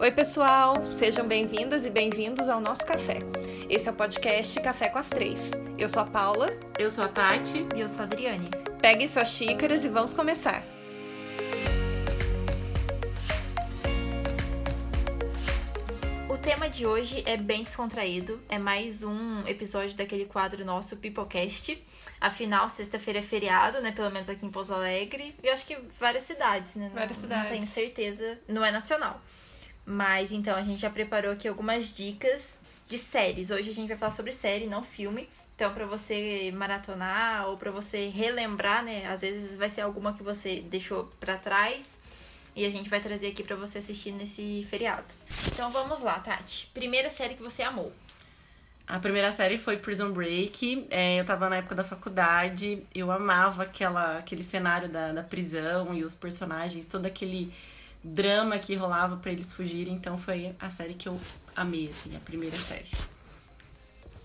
Oi, pessoal! Sejam bem-vindas e bem-vindos ao nosso café. Esse é o podcast Café com as Três. Eu sou a Paula. Eu sou a Tati. E eu sou a Adriane. Peguem suas xícaras e vamos começar. O tema de hoje é bem descontraído. É mais um episódio daquele quadro nosso, Pipocast. Afinal, sexta-feira é feriado, né? Pelo menos aqui em Pouso Alegre. E eu acho que várias cidades, né? Não- Várias Não cidades. tenho certeza. Não é nacional. Mas então, a gente já preparou aqui algumas dicas de séries. Hoje a gente vai falar sobre série, não filme. Então, pra você maratonar ou pra você relembrar, né? Às vezes vai ser alguma que você deixou pra trás. E a gente vai trazer aqui pra você assistir nesse feriado. Então vamos lá, Tati. Primeira série que você amou. A primeira série foi Prison Break. É, eu tava na época da faculdade. Eu amava aquela, aquele cenário da, da prisão e os personagens, todo aquele drama que rolava pra eles fugirem. Então foi a série que eu amei, assim, a primeira série.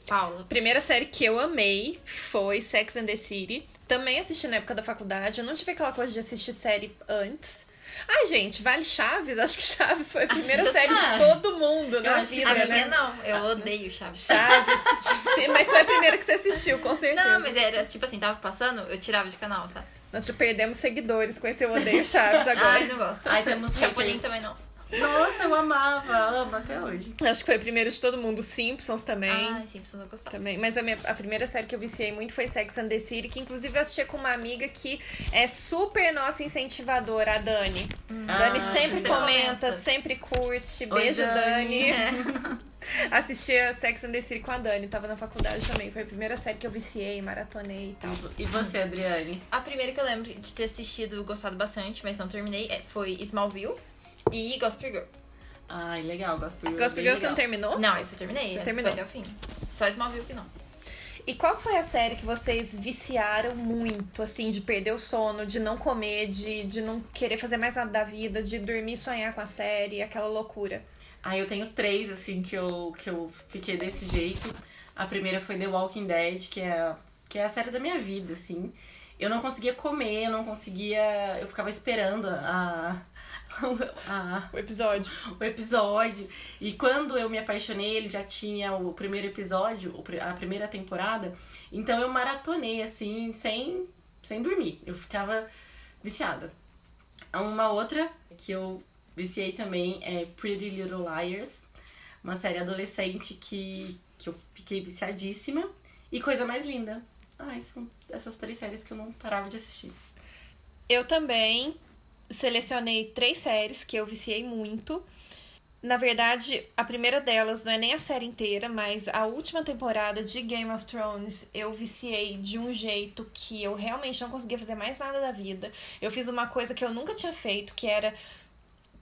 Paula. Primeira série que eu amei foi Sex and the City. Também assisti na época da faculdade. Eu não tive aquela coisa de assistir série antes. Ai, gente, vale Chaves? Acho que Chaves foi a primeira série de Ah. todo mundo, né? acho que A Primeira, minha não, eu odeio Chaves. Chaves. Sim, mas foi a primeira que você assistiu, com certeza. Não, mas era tipo assim, tava passando, eu tirava de canal, sabe? Nós te perdemos seguidores com esse Eu Odeio Chaves agora. Ai, não gosto. Ai, temos Chapolin haters. também não. Nossa, eu amava, amo até hoje. Acho que foi a primeira de todo mundo. Simpsons também. Ai, Simpsons eu gostava. Também, mas a, minha, a primeira série que eu viciei muito foi Sex and the City, que inclusive eu assisti com uma amiga que é super nossa incentivadora, a Dani. Dani Ah, sempre você comenta, comenta. sempre curte. Oi, Beijo, Dani. Dani. Assistia Sex and the City com a Dani, tava na faculdade também. Foi a primeira série que eu viciei, maratonei e tal. então, E você, Adriane? A primeira que eu lembro de ter assistido, gostado bastante, mas não terminei, é- foi Smallville e Gossip Girl. Ai, legal, Gossip Girl. é Gossip bem Girl, você não legal. terminou? Não, essa eu terminei. Você essa terminou. Foi até o fim. Só Smallville que não. E qual foi a série que vocês viciaram muito, assim, de perder o sono, de não comer, de, de não querer fazer mais nada da vida, de dormir e sonhar com a série, aquela loucura? Ah, eu tenho três, assim, que eu, que eu fiquei desse jeito. A primeira foi The Walking Dead, que é, a- que é a série da minha vida, assim. Eu não conseguia comer, eu não conseguia. Eu ficava esperando a- a, O episódio. o episódio. E quando eu me apaixonei, ele já tinha o primeiro episódio, o pri- a primeira temporada. Então eu maratonei, assim, sem, sem dormir. Eu ficava viciada. Uma outra que eu viciei também é Pretty Little Liars. Uma série adolescente que, que eu fiquei viciadíssima. E Coisa Mais Linda. Ai, são essas três séries que eu não parava de assistir. Eu também selecionei três séries que eu viciei muito. Na verdade, a primeira delas não é nem a série inteira, mas a última temporada de Game of Thrones eu viciei de um jeito que eu realmente não conseguia fazer mais nada da vida. Eu fiz uma coisa que eu nunca tinha feito, que era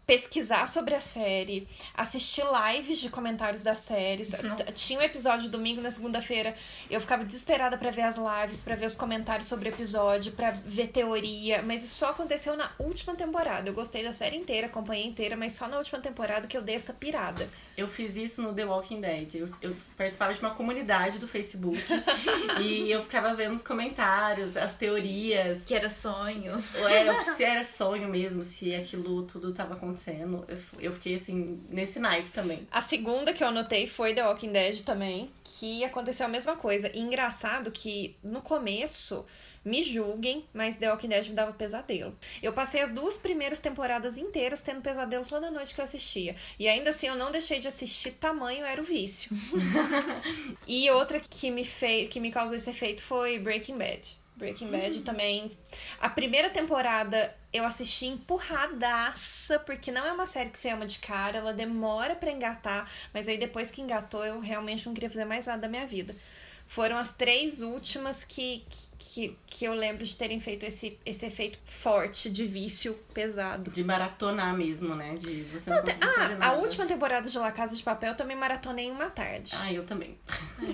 pesquisar sobre a série, assistir lives de comentários das séries. Nossa. T- Tinha um episódio domingo na segunda-feira, eu ficava desesperada pra ver as lives, pra ver os comentários sobre o episódio, pra ver teoria, mas isso só aconteceu na última temporada. Eu gostei da série inteira, acompanhei inteira, mas só na última temporada que eu dei essa pirada. Eu fiz isso no The Walking Dead. Eu, eu participava de uma comunidade do Facebook e eu ficava vendo os comentários, as teorias, Que era sonho. é, se era sonho mesmo, se aquilo tudo tava acontecendo. Eu, f- eu fiquei assim, nesse naipe também. A segunda que eu anotei foi The Walking Dead também, que aconteceu a mesma coisa. E engraçado que no começo, me julguem, mas The Walking Dead me dava pesadelo. Eu passei as duas primeiras temporadas inteiras tendo pesadelo toda noite que eu assistia. E ainda assim eu não deixei de assistir, tamanho era o vício. e outra que me fez, que me causou esse efeito foi Breaking Bad. Breaking Bad também. A primeira temporada eu assisti empurradaça, porque não é uma série que você ama de cara, ela demora pra engatar, mas aí depois que engatou eu realmente não queria fazer mais nada da minha vida. Foram as três últimas que, que, que eu lembro de terem feito esse, esse efeito forte de vício pesado. De maratonar mesmo, né? De você não, conseguir fazer Ah, nada. a última temporada de La Casa de Papel eu também maratonei em uma tarde. Ah, eu também.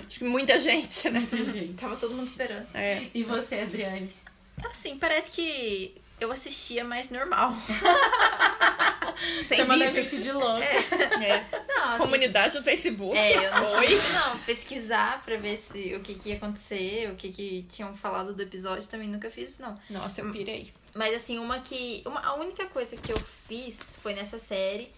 Acho que muita gente, né? Gente. Tava todo mundo esperando. É. E você, Adriane? Assim, parece que eu assistia mais normal. Sem Chamando vício. a gente de louco. É. Não, assim, Comunidade no Facebook. É, eu não Oi. tinha isso, não. Pesquisar pra ver se o que, que ia acontecer, o que, que tinham falado do episódio, também nunca fiz isso, não. Nossa, eu pirei. Mas assim, uma que. Uma, a única coisa que eu fiz foi nessa série.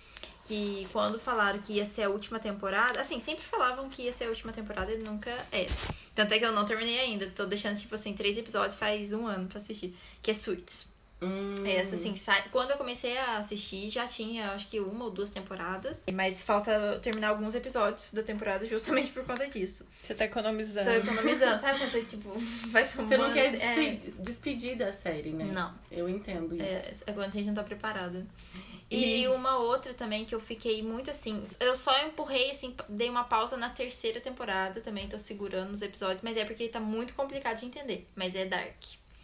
que quando falaram que ia ser a última temporada, assim, sempre falavam que ia ser a última temporada e nunca era. Tanto é que eu não terminei ainda, tô deixando, tipo assim, três episódios faz um ano pra assistir, que é Suits. Hum, Essa, assim, sai... quando eu comecei a assistir, já tinha, acho que uma ou duas temporadas. Mas falta terminar alguns episódios da temporada justamente por conta disso. Ah. Você tá economizando. Tô economizando, sabe quando você, tipo, vai tomando... Você não quer é... despe- despedir da série, né? Não, Eu entendo isso. é, é quando a gente não tá preparada. E, E- uma outra também que eu fiquei muito assim. Eu só empurrei, assim, dei uma pausa na terceira temporada também, tô segurando os episódios, mas é porque tá muito complicado de entender. Mas é Dark.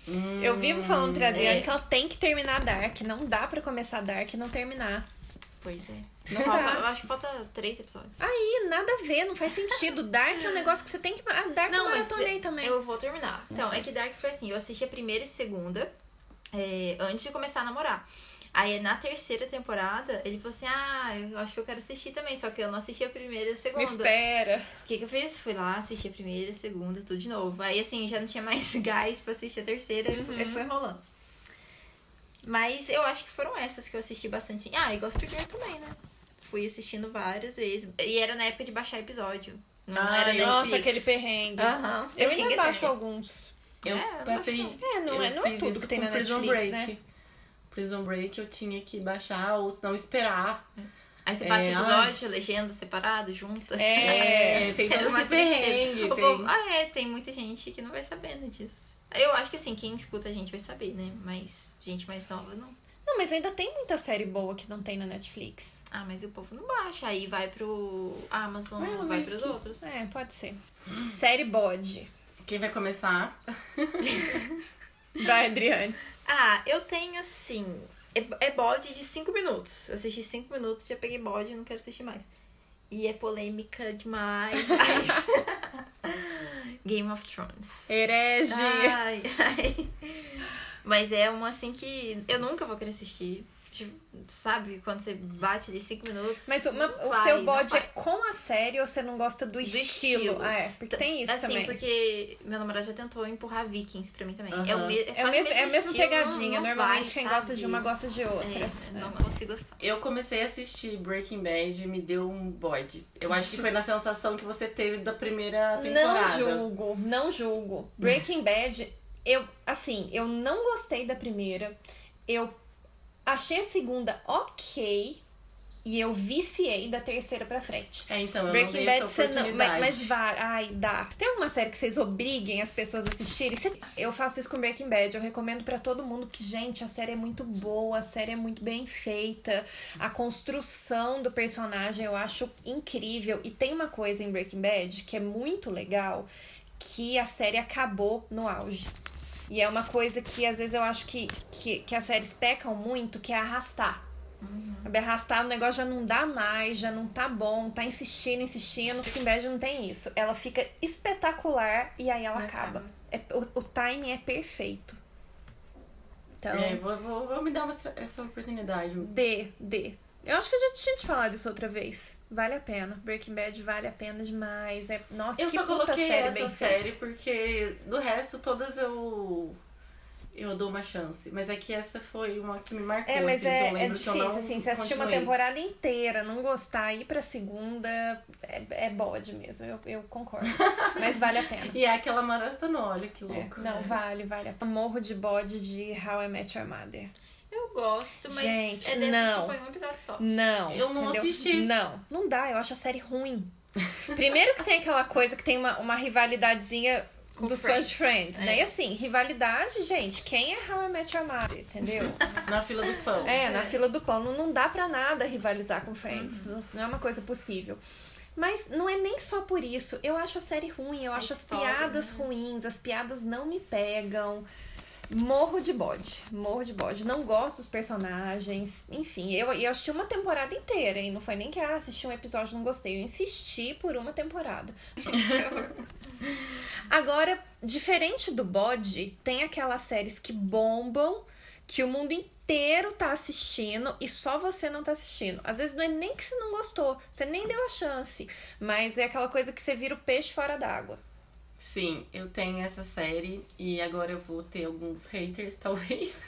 Hum, Eu vivo falando pra Adriana é. que ela tem que terminar Dark. Não dá pra começar Dark e não terminar. Pois é. Não Falta- dá. eu acho que falta três episódios. Ih, nada a ver, não faz sentido. Dark é um negócio que você tem que. Ah, Dark Não, não, mas maratonei também. Eu vou terminar. Então, é que Dark foi assim: eu assisti a primeira e segunda é, antes de começar a namorar. Aí na terceira temporada, ele falou assim: Ah, eu acho que eu quero assistir também, só que eu não assisti a primeira e a Me segunda. espera. O que, que eu fiz? Fui lá, assisti a primeira, a segunda, tudo de novo. Aí assim, já não tinha mais gás pra assistir a terceira, e Uhum. foi, foi rolando. Mas eu acho que foram essas que eu assisti bastante. Sim. Ah, e Gossip Girl também, né? Fui assistindo várias vezes. E era na época de baixar episódio. Não Ah, era Netflix. Nossa, aquele é Ah, perrengue. Aham. Eu ainda Perrengue baixo eterno. alguns. Eu É, eu passei. É, não é- eu não é fiz tudo isso que tem com na Prison Netflix, né? Break. Prison Break eu tinha que baixar ou não esperar. Aí você É, baixa o ai. episódio, legenda separado, junta. É. tem Era todo uma esse tristeza. perrengue. O tem- povo- Ah, é, tem muita gente que não vai sabendo disso. Eu acho que assim, quem escuta a gente vai saber, né? Mas gente mais nova não. Não, mas ainda tem muita série boa que não tem na Netflix. Ah, mas o povo não baixa. Aí vai pro Amazon, Ah, vai vai pros aqui. outros. É, pode ser. Série bode. Quem vai começar? Da Adriane. Ah, eu tenho assim. É, é bode de 5 minutos. Eu assisti 5 minutos, já peguei bode e não quero assistir mais. E é polêmica demais. Game of Thrones. Herege. Ai, ai. Mas é uma assim que eu nunca vou querer assistir. Tipo, Sabe, quando você bate ali 5 minutos. Mas uma- não o vai, seu não bode é vai. com a série ou você não gosta do, estilo? estilo. Ah, é, porque tem isso assim, também. porque meu namorado já tentou empurrar Vikings pra mim também. É, o Aham. me É, o quase mesmo, é a mesma estilo, pegadinha. não- não Normalmente vai, quem sabe? gosta de uma gosta de outra. É, não consigo gostar. Eu comecei a assistir Breaking Bad e me deu um bode. Eu acho que foi na sensação que você teve da Tá primeira Não temporada. julgo, não julgo. Breaking Bad, eu, assim, eu não gostei da primeira. Eu achei a segunda ok. E eu viciei da terceira pra frente. É, então, eu não Breaking dei Bad, essa você não. oportunidade. Mas, mas vá, ai, dá. Tem alguma série que vocês obriguem as pessoas a assistirem? Cê- Eu faço isso com Breaking Bad. Eu recomendo pra todo mundo que, gente, a série é muito boa, a série é muito bem feita. A construção do personagem eu acho incrível. E tem uma coisa em Breaking Bad que é muito legal, que a série acabou no auge. E é uma coisa que às vezes eu acho que, que, que as séries pecam muito, que é arrastar. Sabe, arrastar o negócio já não dá mais, já não tá bom, tá insistindo, insistindo. Breaking Bad não tem isso. Ela fica espetacular e aí ela Não acaba. É- o, o timing é perfeito. Então, É, vou, vou- vou me dar uma- essa oportunidade. dê, dê. Eu acho que eu já tinha te falado isso outra vez. Vale a pena. Breaking Bad vale a pena demais. É, nossa, Eu que só puta coloquei série essa bem feita. série porque do resto todas eu eu dou uma chance, mas é que essa foi uma que me marcou, É, mas assim, é, que eu é lembro que eu difícil, não assim, você assistir uma continuei. temporada inteira, não gostar, ir pra segunda, é, é bode mesmo, eu, eu concordo. mas vale a pena. E é aquela maratona, olha que É, louco. né? não, vale, vale. a pena. Morro de bode de How I Met Your Mother. Eu gosto, mas Gente, é dessas não. que põe um episódio só. Não. Eu não entendeu? assisti. Não, não dá, eu acho a série ruim. Primeiro que tem aquela coisa que tem uma, uma rivalidadezinha Com dos fãs Friends. de Friends, né? É. E assim, rivalidade, gente, quem é How I Met Your Mother, entendeu? Na fila do pão. É, na fila do pão. Não, não dá pra nada rivalizar com Friends. Uhum. Não, não é uma coisa possível. Mas não é nem só por isso. Eu acho a série ruim, eu A acho história, as piadas né? ruins, as piadas não me pegam. Morro de bode, morro de bode. Não gosto dos personagens. Enfim, eu, eu assisti uma temporada inteira e não foi nem que ah, assisti um episódio e não gostei. Eu insisti por uma temporada. Agora, diferente do bode, tem aquelas séries que bombam, que o mundo inteiro tá assistindo e só você não tá assistindo. Às vezes não é nem que você não gostou, você nem deu a chance, mas é aquela coisa que você vira o peixe fora d'água. Sim, eu tenho essa série e agora eu vou ter alguns haters, talvez.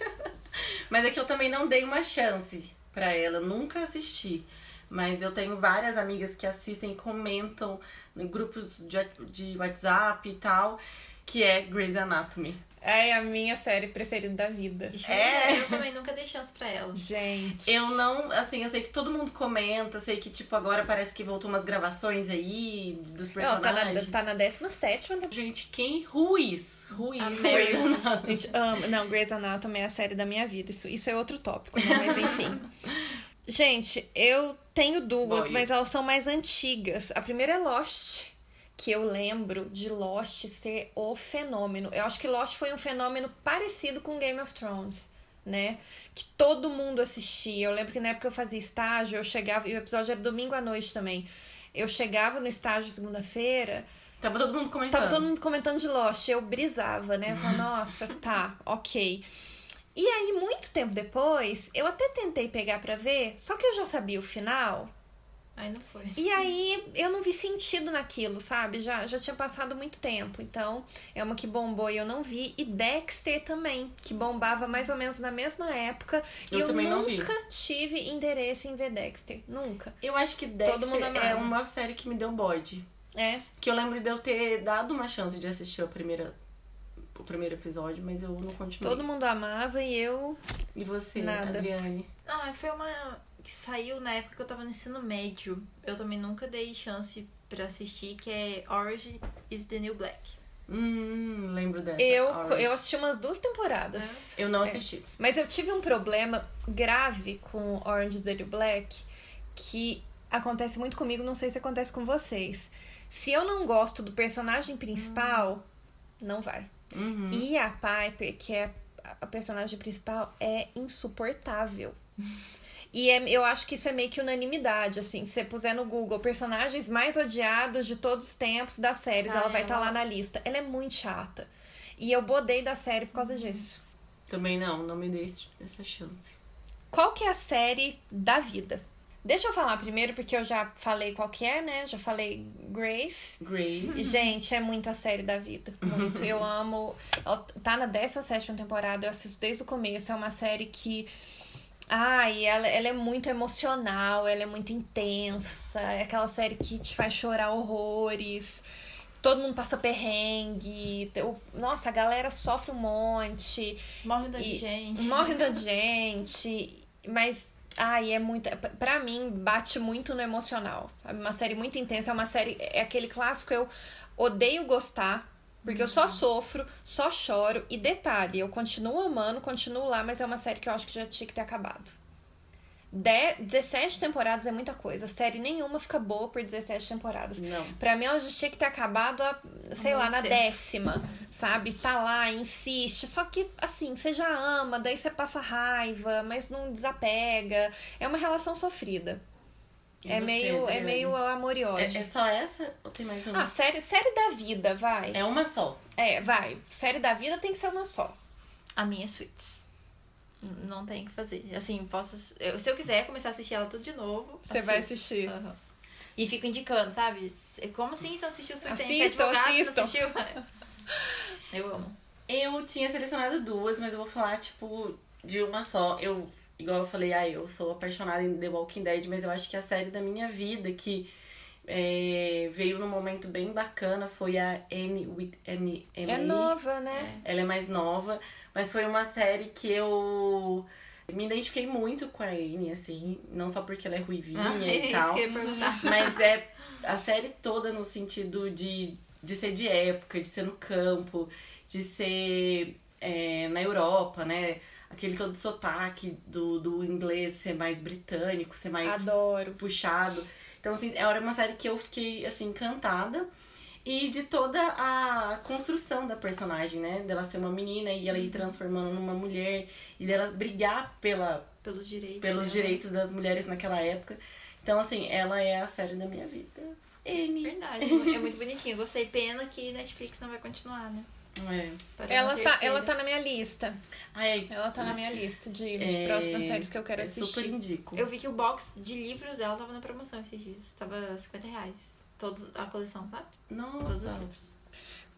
Mas é que eu também não dei uma chance pra ela, nunca assisti. Mas eu tenho várias amigas que assistem, comentam em grupos de, de WhatsApp e tal, que é Grey's Anatomy. É a minha série preferida da vida. Deixa eu É. ver, Eu também nunca dei chance pra ela. Gente. Eu não, assim, eu sei que todo mundo comenta, sei que, tipo, agora parece que voltou umas gravações aí dos Ela tá personagens. na, tá na 17 Gente, quem? Ruiz. Ruiz. Amei. Grey's Anatomy. Gente, amo. Não, Grey's Anatomy é a série da minha vida. Isso, isso é outro tópico, né? mas enfim. Gente, eu tenho duas, Boy. mas elas são mais antigas. A primeira é Lost, que eu lembro de Lost ser o fenômeno. Eu acho que Lost foi um fenômeno parecido com Game of Thrones, né? Que todo mundo assistia. Eu lembro que na época eu fazia estágio, eu chegava, e o episódio era domingo à noite também. Eu chegava no estágio segunda-feira, Tava todo mundo comentando. Tava todo mundo comentando de Lost, eu brisava, né? Eu falava, nossa, tá, ok. E aí, muito tempo depois, eu até tentei pegar pra ver, só que eu já sabia o final. Aí não foi. E aí, eu não vi sentido naquilo, sabe? Já, já tinha passado muito tempo. Então, é uma que bombou e eu não vi. E Dexter também, que bombava mais ou menos na mesma época. Eu e eu também não vi. nunca tive interesse em ver Dexter. Nunca. Eu acho que Dexter Todo mundo amava. é uma série que me deu bode. É, Que eu lembro de eu ter dado uma chance de assistir a primeira, o primeiro episódio, mas eu não continuei. todo mundo amava e eu. E você, Nada. Adriane? Ah, foi uma que saiu na época que eu tava no ensino médio. Eu também nunca dei chance pra assistir, que é Orange is the New Black. Hum, lembro dessa. Eu, Orange. eu é. assisti umas duas temporadas. Eu não assisti. Mas eu tive um problema grave com Orange is the New Black que acontece muito comigo, não sei se acontece com vocês. Se eu não gosto do personagem principal, não vai. Uhum. E a Piper, que é a- a personagem principal, é insuportável. E é- eu acho que isso é meio que unanimidade, assim. Se você puser no Google personagens mais odiados de todos os tempos das séries, Ah, ela vai ela- estar lá na lista. Ela é muito chata. E eu bodei da série por causa disso. Também não, não me dei esse- essa chance. Qual que é a série da vida? Deixa eu falar primeiro, porque eu já falei qual que é, né? Já falei Grace. Grace. E, Gente, é muito a série da vida. Muito. Eu amo. Ela Tá na 17 temporada, eu assisto desde o começo. É uma série que. Ai, ela, ela é muito emocional, ela é muito intensa. É aquela série que te faz chorar horrores. Todo mundo passa perrengue. o- Nossa, a galera sofre um monte. Morre da E- gente. Morre um da gente, mas. Ai, é muito. pra- Pra mim, bate muito no emocional. É uma série muito intensa, é uma série. É aquele clássico eu odeio gostar, porque eu só sofro, só choro. E detalhe, eu continuo amando, continuo lá, mas é uma série que eu acho que já tinha que ter acabado. De 17 temporadas é muita coisa. Série nenhuma fica boa por 17 temporadas. Não. Pra mim, ela já tinha que ter acabado, a, sei Há lá, muito na tempo. décima, sabe? Tá lá, insiste. Só que, assim, você já ama, daí você passa raiva, mas não desapega. É uma relação sofrida. E é, você, meio, é Adriane? meio amor e tá É, ódio. é só essa ou tem mais uma? Ah, série, série da vida, vai. é uma só. É, vai. Série da vida tem que ser uma só. A minha é Suits. N- Não tem o que fazer. Assim, posso. eu- se eu quiser começar a assistir ela tudo de novo. assisto. assistir. Aham. E fico indicando, sabe? S- Como assim você não assistiu Suits? ainda? Você é Assistam, advogado, você não assistam. assistiu? Eu amo. Eu tinha selecionado duas, mas eu vou falar, tipo, de uma só. Eu, igual eu falei, ah, eu sou apaixonada em The Walking Dead, mas eu acho que a série da minha vida que é, veio num momento bem bacana foi a Annie with Annie. É nova, né? Ela é mais nova, mas foi uma série que eu me identifiquei muito com a Annie, assim. Não só porque ela é ruivinha e Ah, isso tal. que eu ia perguntar. Mas é a série toda no sentido de, de ser de época, de ser no campo, de ser é, na Europa, né? Aquele todo sotaque do, do inglês ser mais britânico, ser mais Adoro. puxado. Então, assim, era uma série que eu fiquei, assim, encantada. E de toda a construção da personagem, né? Dela ser uma menina e ela ir transformando numa mulher. E dela brigar pela, Pelos direitos. né? pelos dela. direitos das mulheres naquela época. Então, assim, ela é a série da minha vida. N. Verdade, é muito bonitinho. Eu Gostei. Pena que Netflix não vai continuar, né? É. Parou na Ela tá, terceira. ela tá na minha lista. Ai, Ela tá na minha nossa, lista de, de É, próximas séries que eu quero eu assistir. super indico. Eu vi que o box de livros dela tava na promoção esses dias. Tava 50 reais. Todos, a coleção, sabe? Todos os Nossa. livros.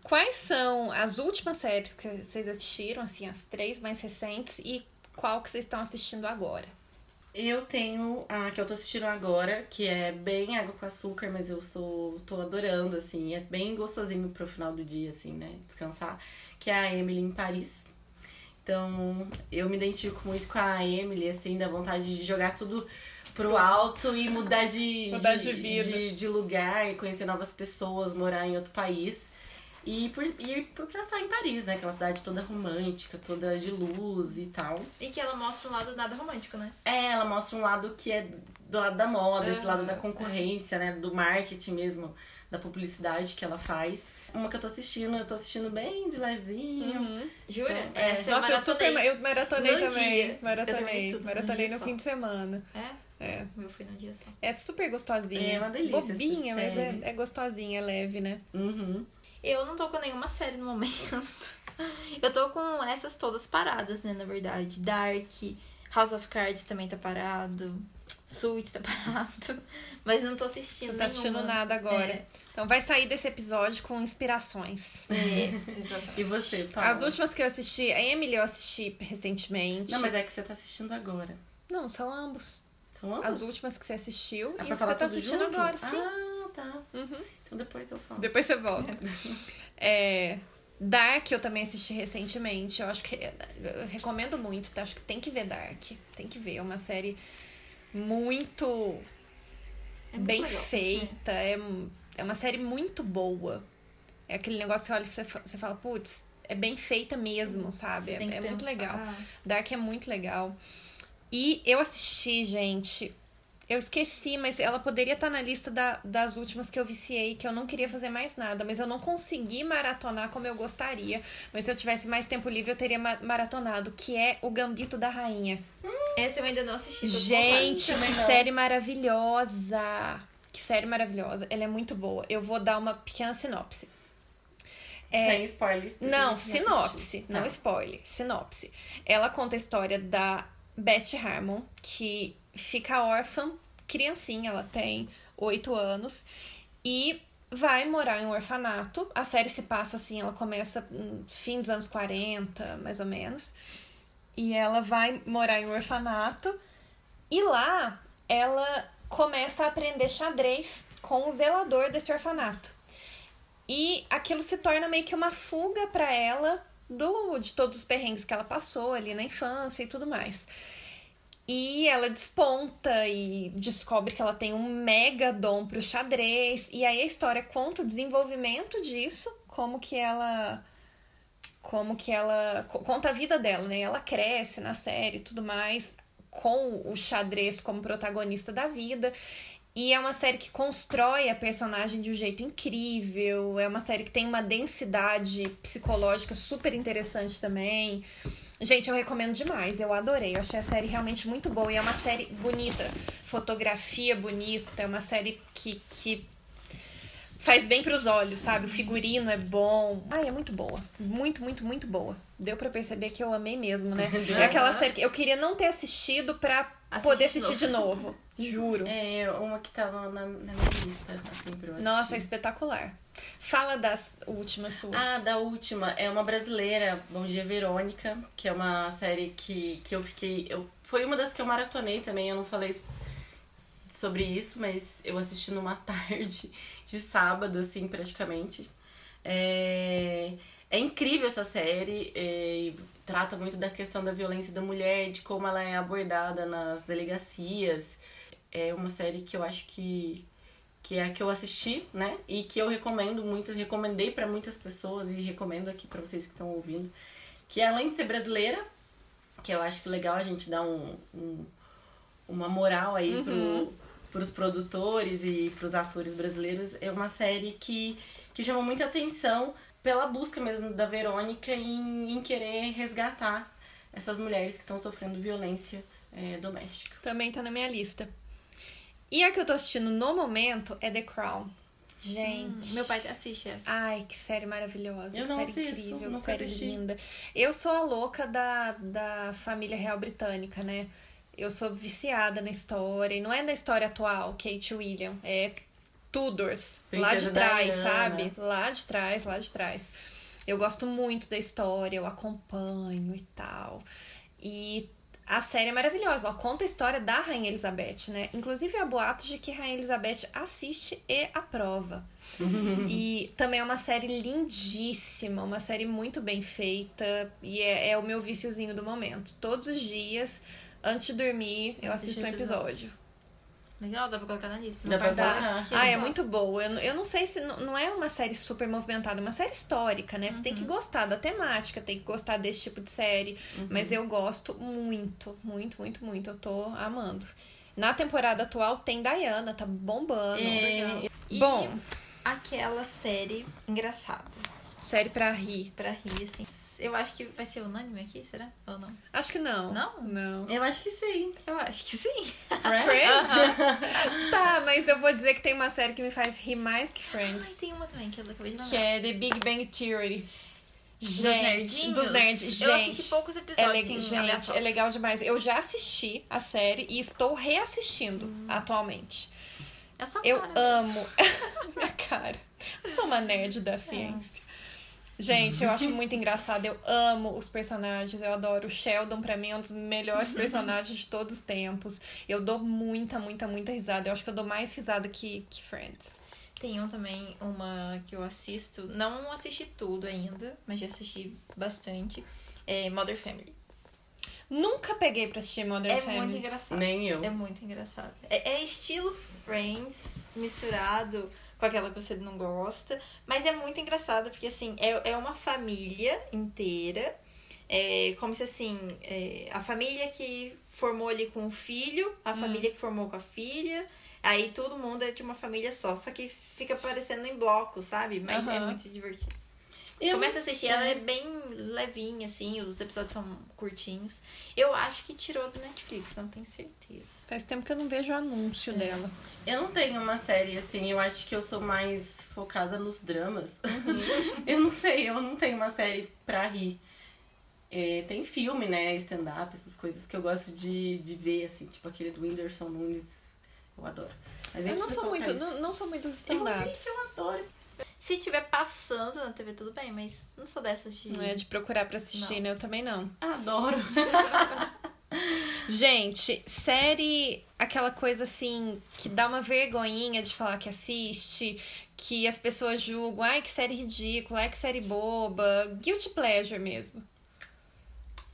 Quais são as últimas séries que vocês assistiram, assim, as três mais recentes, e qual que vocês estão assistindo agora? Eu tenho a que eu tô assistindo agora, que é bem água com açúcar, mas eu sou tô adorando, assim. É bem gostosinho pro final do dia, assim, né? Descansar. Que é a Emily em Paris. Então, eu me identifico muito com a Emily, assim, da vontade de jogar tudo pro alto e mudar de, Mudar de vida. de, de lugar, e conhecer novas pessoas, morar em outro país. E por, e por passar em Paris, né? Aquela cidade toda romântica, toda de luz e tal. E que ela mostra um lado nada romântico, né? É, ela mostra um lado que é do lado da moda, esse Aham, lado da concorrência, né? Do marketing mesmo, da publicidade que ela faz. Uma que eu tô assistindo, eu tô assistindo bem de levezinho. Uhum. Jura? Então, é. você Nossa, eu super. maratonei. Eu maratonei Num também. dia. Eu terminei Maratonei. tudo num maratonei dia no só. fim de semana. É? É. O meu foi num dia só. É super gostosinha. É uma delícia essa Bobinha, mas série. é, é gostosinha, é leve, né? Uhum. Eu não tô com nenhuma série no momento. Eu tô com essas todas paradas, né, na verdade. Dark, House of Cards também tá parado. Suits tá parado. Mas não tô assistindo Você não tá assistindo nenhuma. nada agora. É. Então vai sair desse episódio com inspirações. Exatamente. E você, Paula? As últimas que eu assisti, a Emily eu assisti recentemente. Não, mas é que você tá assistindo agora. Não, são ambos. Então vamos? As últimas que você assistiu e É pra o que você falar tá tudo assistindo junto? agora, sim. Ah, tá. Uhum. Então depois eu falo. Depois você volta. É, Dark eu também assisti recentemente. Eu acho que eu recomendo muito. tá? Acho que tem que ver Dark. Tem que ver. É uma série muito É muito bem legal. feita. É. um- é uma série muito boa. É aquele negócio que olha e você fa- você fala, putz, é bem feita mesmo, sabe? Você É, tem que é muito pensar. legal. Dark é muito legal. E eu assisti, gente. Eu esqueci, mas ela poderia estar na lista da- das últimas que eu viciei, que eu não queria fazer mais nada, mas eu não consegui maratonar como eu gostaria. Mas se eu tivesse mais tempo livre, eu teria ma- maratonado, que é O Gambito da Rainha. Essa eu ainda não assisti. tô com Gente, vontade que de ver. série maravilhosa! Que série maravilhosa. Ela é muito boa. Eu vou dar uma pequena sinopse. Sem spoilers. porque a É, Não, gente não sinopse, né, assistiu. não Tá. spoiler, sinopse. Ela conta a história da Beth Harmon, que fica órfã, criancinha, ela tem oito anos, e vai morar em um orfanato. A série se passa assim, ela começa no fim dos anos 40, mais ou menos. E ela vai morar em um orfanato. E lá ela começa a aprender xadrez com o zelador desse orfanato. E aquilo se torna meio que uma fuga pra ela do de todos os perrengues que ela passou ali na infância e tudo mais. E ela desponta e descobre que ela tem um mega dom pro xadrez. E aí a história conta o desenvolvimento disso, como que ela como que ela co- conta a vida dela, né? Ela cresce na série e tudo mais, com o xadrez como protagonista da vida. E é uma série que constrói a personagem de um jeito incrível. É uma série que tem uma densidade psicológica super interessante também. Gente, eu recomendo demais. Eu adorei. Eu achei a série realmente muito boa. E é uma série bonita. Fotografia bonita. É uma série que, que faz bem pros olhos, sabe? O figurino é bom. Ai, é muito boa. Muito, muito, muito boa. Deu pra perceber que eu amei mesmo, né? É aquela série que eu queria não ter assistido pra Assistir poder de assistir de novo. Juro. É, uma que tá na, na na minha lista, assim, pra eu assistir. Nossa, é espetacular. Fala das últimas suas. Ah, da última. É uma brasileira, Bom Dia Verônica, que é uma série que, que eu fiquei. Eu, foi uma das que eu maratonei também, eu não falei s- sobre isso, mas eu assisti numa tarde de sábado, assim, praticamente. É, é incrível essa série, é, e trata muito da questão da violência da mulher, de como ela é abordada nas delegacias. É uma série que eu acho que que é a que eu assisti, né? E que eu recomendo muito, recomendei pra muitas pessoas e recomendo aqui pra vocês que estão ouvindo, que é além de ser brasileira, que eu acho que legal a gente dar um, um- uma moral aí pro, pros produtores e pros atores brasileiros, é uma série que, que chamou muita atenção pela busca mesmo da Verônica em, em querer resgatar essas mulheres que estão sofrendo violência eh, doméstica. Também tá na minha lista. E a que eu tô assistindo no momento é The Crown. Hum, Gente. Meu pai assiste essa. Ai, que série maravilhosa. Eu que não série assisto, incrível, que nunca série assisti. linda. Eu sou a louca da, da família real britânica, né? Eu sou viciada na história. E não é da história atual, Kate e William. É Tudors. lá de Princesa trás, Diana. sabe? Lá de trás, lá de trás. Eu gosto muito da história, eu acompanho e tal. E A série é maravilhosa, ela conta a história da Rainha Elizabeth, né? Inclusive há boatos de que Rainha Elizabeth assiste e aprova. e também é uma série lindíssima, uma série muito bem feita e é, é o meu viciozinho do momento. Todos os dias, antes de dormir, eu Assiste assisto um episódio. Legal, dá pra colocar na lista. Dá pra Vai colocar. dar. Ah, é muito boa. Eu, eu não sei se. n- Não é uma série super movimentada, é uma série histórica, né? Você tem que gostar da temática, tem que gostar desse tipo de série. Mas eu gosto muito, muito, muito, muito. Eu tô amando. Na temporada atual tem Diana, tá bombando. É, E Bom, aquela série engraçada série pra rir. pra rir, assim. Eu acho que vai ser unânime aqui, será? Ou não? Acho que não. Não? Não. eu acho que sim. Eu acho que sim. Friends? tá, mas eu vou dizer que tem uma série que me faz rir mais que Ai, Friends. tem uma também que eu acabei de lembrar. Que é The Big Bang Theory. Dos Gente, nerdinhos? Dos nerds. Gente, Eu assisti poucos É, episódios, le- assim, gente, é aleatórios. legal demais. Eu já assisti a série e estou reassistindo atualmente. É só Eu cara, né? amo minha cara. Eu sou uma nerd da ciência. Gente, eu acho muito engraçado. Eu amo os personagens. Eu adoro. O Sheldon, pra mim, é um dos melhores personagens de todos os tempos. Eu dou muita, muita, muita risada. Eu acho que eu dou mais risada que, que Friends. Tem um também, uma que eu assisto. Não assisti tudo ainda, mas já assisti bastante. É Mother Family. Nunca peguei pra assistir Modern é Family. muito engraçado. Nem eu. É muito engraçado. É, é estilo Friends misturado com aquela que você não gosta. Mas é muito engraçado, porque assim, é, é uma família inteira. É como se assim, é, a família que formou ali com o filho, a Hum. família que formou com a filha. Aí todo mundo é de uma família só. Só que fica parecendo em bloco, sabe? Mas é Aham. muito divertido. Eu- Começa a assistir, ela é bem levinha, assim, os episódios são curtinhos. Eu acho que tirou do Netflix, não tenho certeza. Faz tempo que eu não vejo o anúncio dela. Eu não tenho uma série assim, eu acho que eu sou mais focada nos dramas. eu não sei, eu não tenho uma série pra rir. É, tem filme, né? Stand-up, essas coisas que eu gosto de, de ver, assim, tipo aquele do Whindersson Nunes. Eu adoro. Mas a Eu gente não vai sou colocar muito, isso. não, não sou muito dos Eu, stand-ups. gente, eu adoro. isso. Se tiver passando na TV, tudo bem, mas não sou dessas de. Não é de procurar pra assistir, Não. né? Eu também não. Adoro. Gente, série, aquela coisa assim, que dá uma vergonhinha de falar que assiste, que as pessoas julgam, ai que série ridícula, ai que série boba. Guilty pleasure mesmo.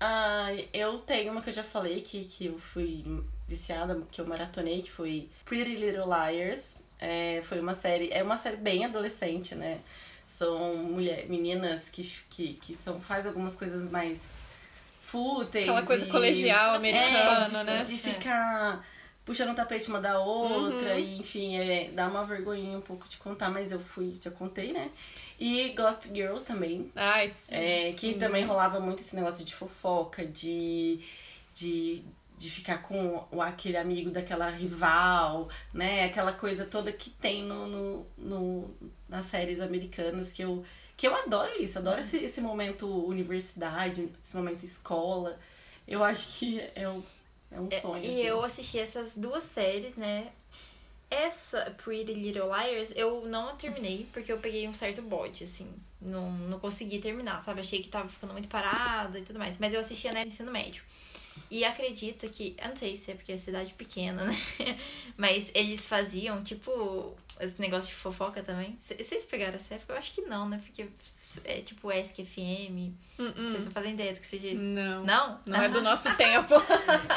Ah, eu tenho uma que eu já falei que, que eu fui viciada, que eu maratonei, que foi Pretty Little Liars. É, foi uma série, é uma série bem adolescente, né? São mulher, meninas que, que, que são, faz algumas coisas mais fúteis. Aquela coisa e- colegial americana, é, de, né? De É. ficar puxando o tapete uma da outra, Uhum. e enfim, é, dá uma vergonhinha um pouco de contar, mas eu fui, já contei, né? E Gossip Girl também, Ai, é, que Uhum. também rolava muito esse negócio de fofoca, de, de, de ficar com o, aquele amigo daquela rival, né? Aquela coisa toda que tem no, no, no- nas séries americanas que eu, que eu adoro isso, adoro esse, esse momento universidade, esse momento escola. Eu acho que é um, é um sonho. assim. E eu assisti essas duas séries, né? Essa Pretty Little Liars eu não a terminei porque eu peguei um certo bode, assim. Não, não consegui terminar, sabe? Achei que tava ficando muito parada e tudo mais. Mas eu assistia, né, no ensino médio. E acredito que. Eu não sei se é porque é cidade pequena, né? Mas eles faziam, tipo, esse negócio de fofoca também. C- Vocês pegaram essa época? Eu acho que não, né? Porque é tipo ESC-FM. hum, hum, Vocês não fazem ideia do que se diz. não. Não? Não é do nosso tempo.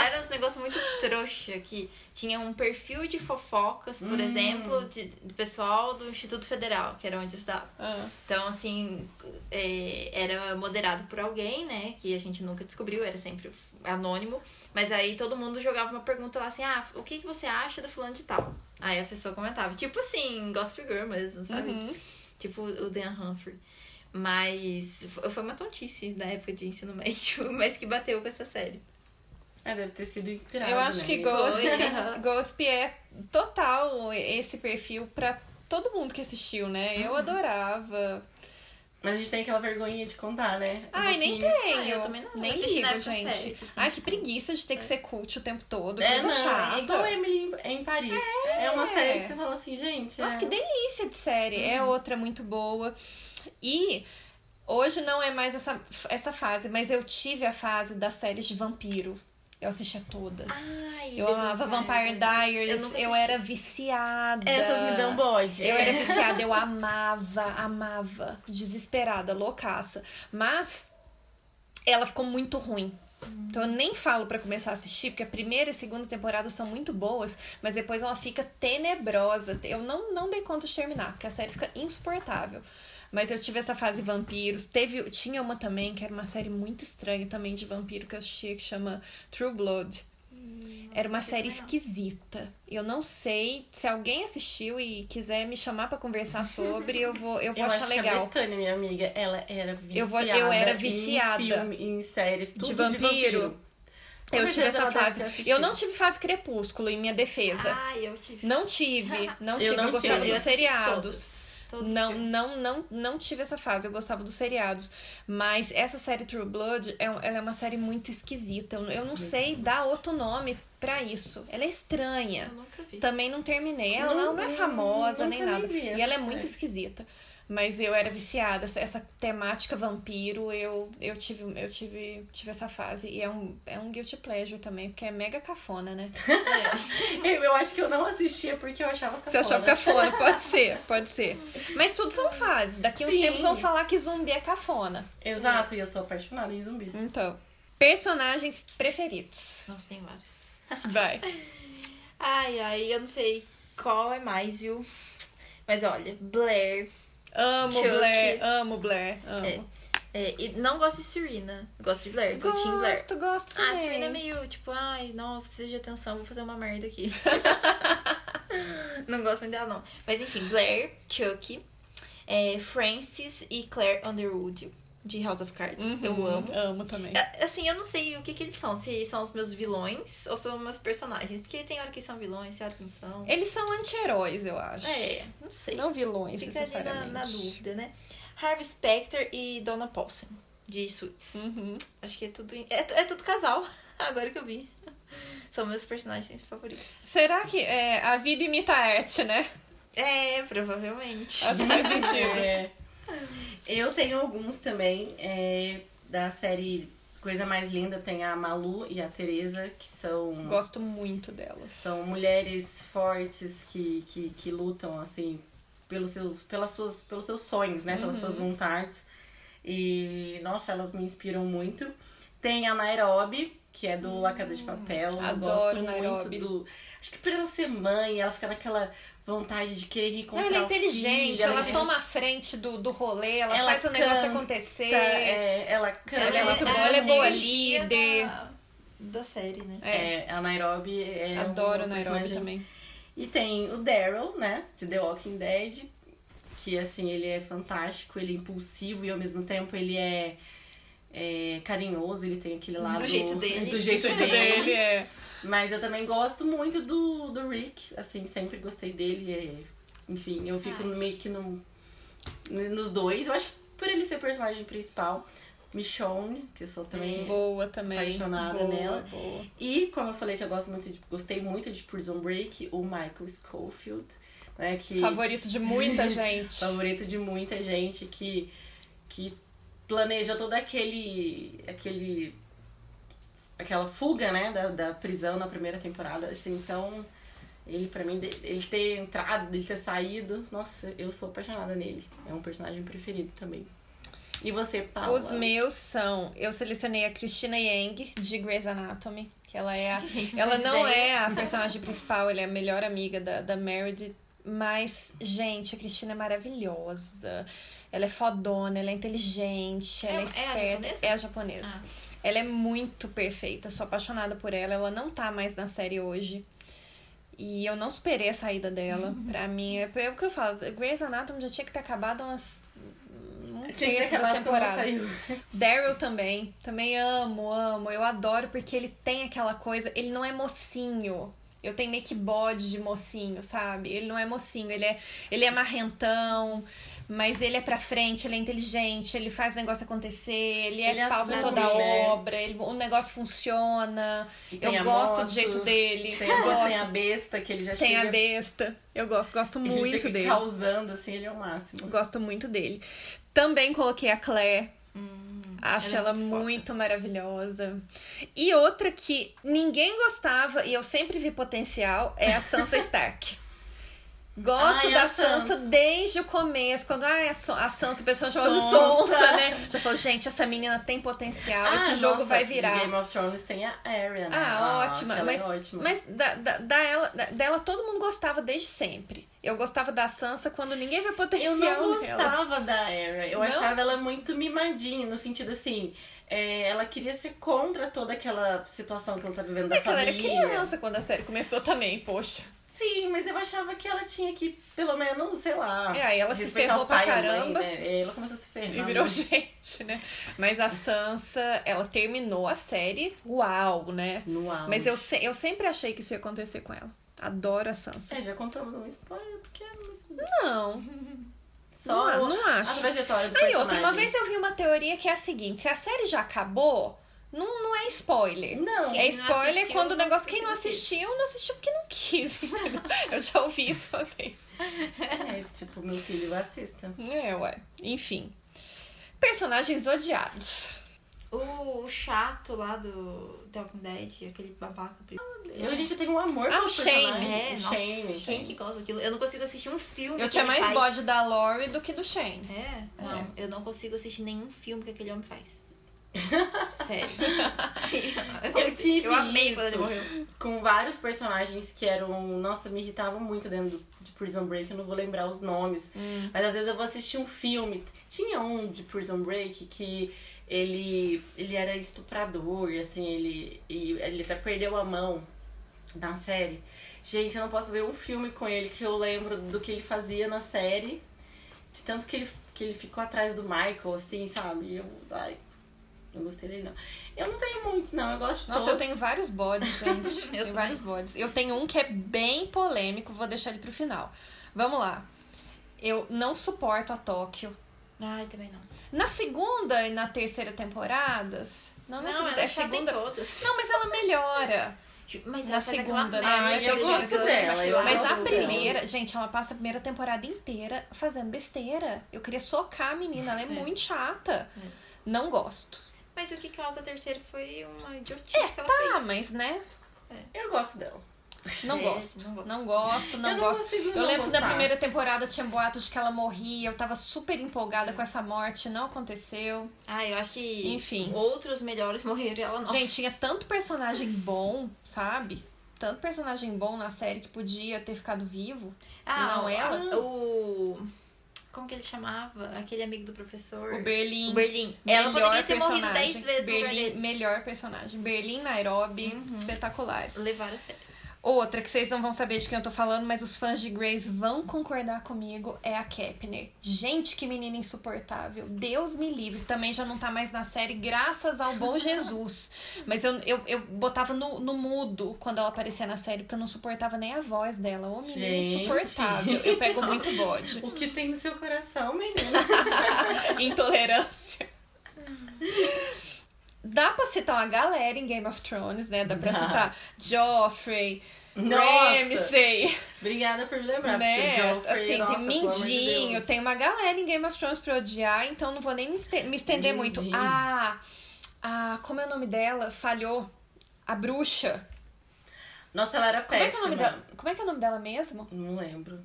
Era uns negócios muito trouxa, que tinha um perfil de fofocas, Hum. por exemplo, de, do pessoal do Instituto Federal, que era onde eu estudava. Ah, Então, assim, é, era moderado por alguém, né? Que a gente nunca descobriu, era sempre anônimo. Mas aí todo mundo jogava uma pergunta lá assim, ah, o que, que você acha do fulano de tal? Aí a pessoa comentava, tipo assim, Gossip Girl mesmo, sabe? uhum. Tipo o Dan Humphrey. Mas f- foi uma tontice da época de ensino médio, mas que bateu com essa série. É, deve ter sido inspirado. Eu acho né? que Isso- Ghost, Foi. Ghost é total esse perfil pra todo mundo que assistiu, né? Uhum. Eu adorava. Mas a gente tem aquela vergonhinha de contar, né? Um Ai, nem pouquinho. tenho. Ah, eu também não. Nem Assisti na ligo, época gente. série, assim. Ai, que preguiça de ter que ser cult o tempo todo. É, coisa não, chata. é igual Emily em- em Paris. É. uma série que você fala assim, gente. Nossa, é... Uhum. que delícia de série. É outra muito boa. E hoje não é mais essa, essa fase, mas eu tive a fase das séries de vampiro. Eu assistia todas. Ai, eu é The amava Vampire Diaries, eu, nunca assisti. era viciada. Essas me dão bode. Eu era viciada, eu amava, amava. Desesperada, loucaça. Mas ela ficou muito ruim. Então eu nem falo pra começar a assistir, porque a primeira e segunda temporada são muito boas, mas depois ela fica tenebrosa. Eu não, não dei conta de terminar, porque a série fica insuportável. Mas eu tive essa fase vampiros. Teve, tinha uma também, que era uma série muito estranha também de vampiro que eu assistia, que chama True Blood. Era uma série esquisita. Eu não sei se alguém assistiu e quiser me chamar pra conversar sobre, eu vou, eu vou Eu achar acho que é a legal. Betânia, minha amiga, ela era viciada. Eu vou- eu era viciada. Em filme, em séries, tudo de vampiro. vampiro. Com eu tive certeza essa ela deve ter fase. assistido. Eu não tive fase crepúsculo em minha defesa. Ai, eu tive. Não tive, não Eu tive. Eu, não tive. gostava Eu dos assisti seriados. Todos, todos os não, filmes. não, não, não tive essa fase. Eu gostava dos seriados. Mas essa série True Blood, é, um- ela é uma série muito esquisita. Eu, eu não sei dar outro nome pra isso. Ela é estranha. Eu nunca vi. Também não terminei. Ela Não- não, é famosa nunca nem nem nada. vi E essa ela é muito série. esquisita. Mas eu era viciada. Essa, essa temática vampiro, eu, eu, tive, eu tive, tive essa fase. E é um, é um guilty pleasure também, porque é mega cafona, né? É. Eu, eu acho que eu não assistia porque eu achava que Você achava cafona? Pode ser, pode ser. Mas tudo Hum. são fases. Daqui uns Sim. tempos vão falar que zumbi é cafona. Exato, e eu sou apaixonada em zumbis. Então, personagens preferidos. Nossa, tem vários. Vai. Ai, ai, eu não sei qual é mais, viu? Mas olha, Blair. Amo Chuck. Blair, amo Blair, amo. É, é, e não gosto de Serena. Gosto de Blair, sou Team Blair. Gosto, gosto Ah, a também. Serena é meio tipo, ai, nossa, preciso de atenção, vou fazer uma merda aqui. não gosto muito dela, não. Mas enfim, Blair, Chuck, é, Francis e Claire Underwood, de House of Cards. Uhum, Eu amo. Amo também. É, Assim, eu não sei o que, que eles são, se são os meus vilões ou são os meus personagens. Porque tem hora que são vilões, tem hora que não são. Eles são anti-heróis, eu acho. É, não sei. É. Não vilões, Fica ali na, necessariamente. na dúvida, né? Harvey Specter e Donna Paulsen, de Suits. Uhum. Acho que é tudo. É, é tudo casal, agora que eu vi. São meus personagens favoritos. Será que é, a vida imita a arte, né? É, provavelmente. Acho que faz sentido. É. Eu tenho alguns também. é, da série Coisa Mais Linda tem a Malu e a Tereza, que são, Gosto muito delas. são mulheres fortes que, que, que lutam, assim, pelos seus, pelas suas, pelos seus sonhos, né? Pelas suas Uhum. vontades. E, nossa, elas me inspiram muito. Tem a Nairobi, que é do La Casa de Papel. Eu Hum, adoro gosto Nairobi. muito do. Acho que por ela ser mãe, ela fica naquela vontade de querer Não, reencontrar ela é o filho, inteligente, ela é ela, inteligente. toma a frente do, do rolê, ela, Ela faz o negócio canta, acontecer. É, ela canta. Ela é muito boa, ela é a boa energia líder. Da, da série, né? É, É, a Nairobi é adoro uma Nairobi personagem- também. E tem o Daryl, né? De The Walking Dead. Que, assim, ele é fantástico, ele é impulsivo e, ao mesmo tempo, ele é, é carinhoso. Ele tem aquele lado... jeito dele. Do jeito jeito dele. é. Mas eu também gosto muito do, do Rick. Assim, sempre gostei dele. é- enfim, eu fico Ai. meio que no, nos dois. Eu acho que por ele ser personagem principal. Michonne, que eu sou É. também... Boa também. É. Apaixonada boa, nela. Boa. E como eu falei que eu gosto muito de, gostei muito de Prison Break, o Michael Schofield, né, que Favorito de muita gente. favorito de muita gente que que planeja todo aquele aquele aquela fuga, né, da, da prisão na primeira temporada, assim, então ele pra mim de- ele ter entrado, ele ter saído, nossa, eu sou apaixonada nele. É um personagem preferido também. E você, Paula? Os meus são. Eu selecionei a Christina Yang, de Grey's Anatomy, que ela é a Gente, Ela faz não ideia. é a personagem principal, ela é a melhor amiga da, da Meredith. Mas, gente, a Cristina é maravilhosa. Ela é fodona, ela é inteligente, É- ela é, é a esperta. japonesa? É a japonesa. Ah. Ela é muito perfeita, sou apaixonada por ela. Ela não tá mais na série hoje. E eu não esperei a saída dela. pra mim, é, é o que eu falo. Grey's Anatomy já tinha que ter acabado umas... Um Tinha que ter terço das acabado quando ela temporadas. saiu. Daryl também. Também amo, amo. Eu adoro porque ele tem aquela coisa. Ele não é mocinho. Eu tenho meio que bode de mocinho, sabe? Ele não é mocinho, ele é, ele é marrentão, mas ele é pra frente, ele é inteligente, ele faz o negócio acontecer, ele é Ele pau em assume, toda né? obra, ele- o negócio funciona. E tem Eu a gosto moto. do jeito dele, Tem, eu a- gosto. tem a besta que ele já Tem chega. a besta. Eu gosto, gosto ele muito chega dele. causando, assim, ele é o máximo. Hum, Gosto muito dele. Também coloquei a Claire. Acho Ela é ela, muito foda. muito maravilhosa. E outra que ninguém gostava e eu sempre vi potencial é a Sansa Stark. Gosto Ai, da a Sansa, Sansa. desde o começo, quando ah, a Son- a Sansa, o pessoal chamava de Sonsa. Ah, Sonsa, né? Já falou, gente, essa menina tem potencial, Ah, esse jogo nossa, vai de virar. Game of Thrones tem a Arya. né? Ah, ótima. aquela Mas, é ótima. mas da, da- da ela, da- dela todo mundo gostava desde sempre. Eu gostava da Sansa quando ninguém vê eu potencial não nela. gostava da Arya. Eu Não? achava ela muito mimadinha, no sentido assim. é, ela queria ser contra toda aquela situação que ela tá vivendo É da que ela era família. criança quando a série começou também, poxa. Sim, mas eu achava que ela tinha que, pelo menos, sei lá. É, aí ela se Ah, respeitar ferrou o pai pra e a mãe, caramba. né? Ela começou a se ferrar. E virou né? gente, né? Mas a Sansa, ela terminou a série, uau, né? No auge. Mas eu, se- eu sempre achei que isso ia acontecer com ela. Adoro a Sansa. É, já contamos um spoiler, porque é um- Não, só não, não a acho. trajetória do Aí, personagem. outra, uma vez eu vi uma teoria que é a seguinte: se a série já acabou, não, não é spoiler. Não. É Quem não spoiler assistiu, quando o não negócio. Quem não quis. assistiu, não assistiu porque não quis. entendeu? Eu já ouvi isso uma vez. É, tipo, meu filho, assista. É, ué. Enfim. Personagens odiados. é O, o chato lá do The Walking Dead, aquele babaca. Eu, gente, eu tenho um amor Ah, pelos o Shane. personagens. É, O nossa, Shane. quem que gosta daquilo? Eu não consigo assistir um filme. Eu que tinha ele mais faz. bode da Lori do que do Shane. É? Não, eu não consigo assistir nenhum filme que aquele homem faz. Sério. Eu tive Eu amei quando ele isso. morreu. Com vários personagens que eram... Nossa, me irritavam muito dentro do- de Prison Break. Eu não vou lembrar os nomes. Hum. Mas às vezes eu vou assistir um filme. Tinha um de Prison Break que... Ele, ele era estuprador, assim, ele, e ele até perdeu a mão na série. Gente, eu não posso ver um filme com ele que eu lembro do que ele fazia na série. De tanto que ele, que ele ficou atrás do Michael, assim, sabe? Eu, ai, não gostei dele, não. Eu não tenho muitos, não. Eu gosto de Nossa, todos. eu tenho vários bodes, gente. Eu tenho vários bodes. Eu tenho um que é bem polêmico, vou deixar ele pro final. Vamos lá. Eu não suporto a Tóquio. Ai, também não. Na segunda e na terceira temporadas. Não, na segunda, é chata em segunda. todas. Não, mas ela melhora. Mas Na ela faz aquela segunda, né? merda, Ai, eu aquele gosto negócio dela, eu lá. Mas na gosto dela. primeira, gente, ela passa a primeira temporada inteira fazendo besteira. Eu queria socar a menina, ela é, É. muito chata. É. Não gosto. Mas o que causa a terceira foi uma idiotice que ela Ah, fez. mas né? Eu gosto dela. Não É, gosto. não gosto. Não gosto, não eu gosto. Não consigo Eu não lembro que na gostar. primeira temporada tinha boatos de que ela morria, eu tava super empolgada com essa morte, não aconteceu. Ah, eu acho que Enfim. outros melhores morreram e ela não. Gente, tinha tanto personagem bom, sabe? Tanto personagem bom na série que podia ter ficado vivo. ah, não o- ela? O... Como que ele chamava? Aquele amigo do professor. O Berlim. O Berlim. Ela poderia ter morrido 10 vezes no Uhum. lugar Berlim, dele. melhor personagem. Berlim, Nairobi, espetaculares. Levaram a sério. Outra que vocês não vão saber de quem eu tô falando, mas os fãs de Grace vão concordar comigo, é a Kepner. Gente, que menina insuportável. Deus me livre. Também já não tá mais na série, graças ao bom Jesus. Mas eu, eu, eu botava no, no mudo quando ela aparecia na série, porque eu não suportava nem a voz dela. Ô, menina Gente. insuportável. Eu pego muito bode. O que tem no seu coração, menina? Intolerância. Dá pra citar uma galera em Game of Thrones, né? Dá pra Dá. citar Joffrey, Nossa! Ramsay. Obrigada por me lembrar. né? Porque o Joffrey, assim, nossa, tem pelo amor de Mindinho, Deus. tem uma galera em Game of Thrones pra odiar, então não vou nem me, este- me estender muito. Mindinho. Ah, ah, como é o nome dela? Falhou. A bruxa. Nossa, ela era Como é, que péssima. é o nome dela? como é que é o nome dela mesmo? Não lembro.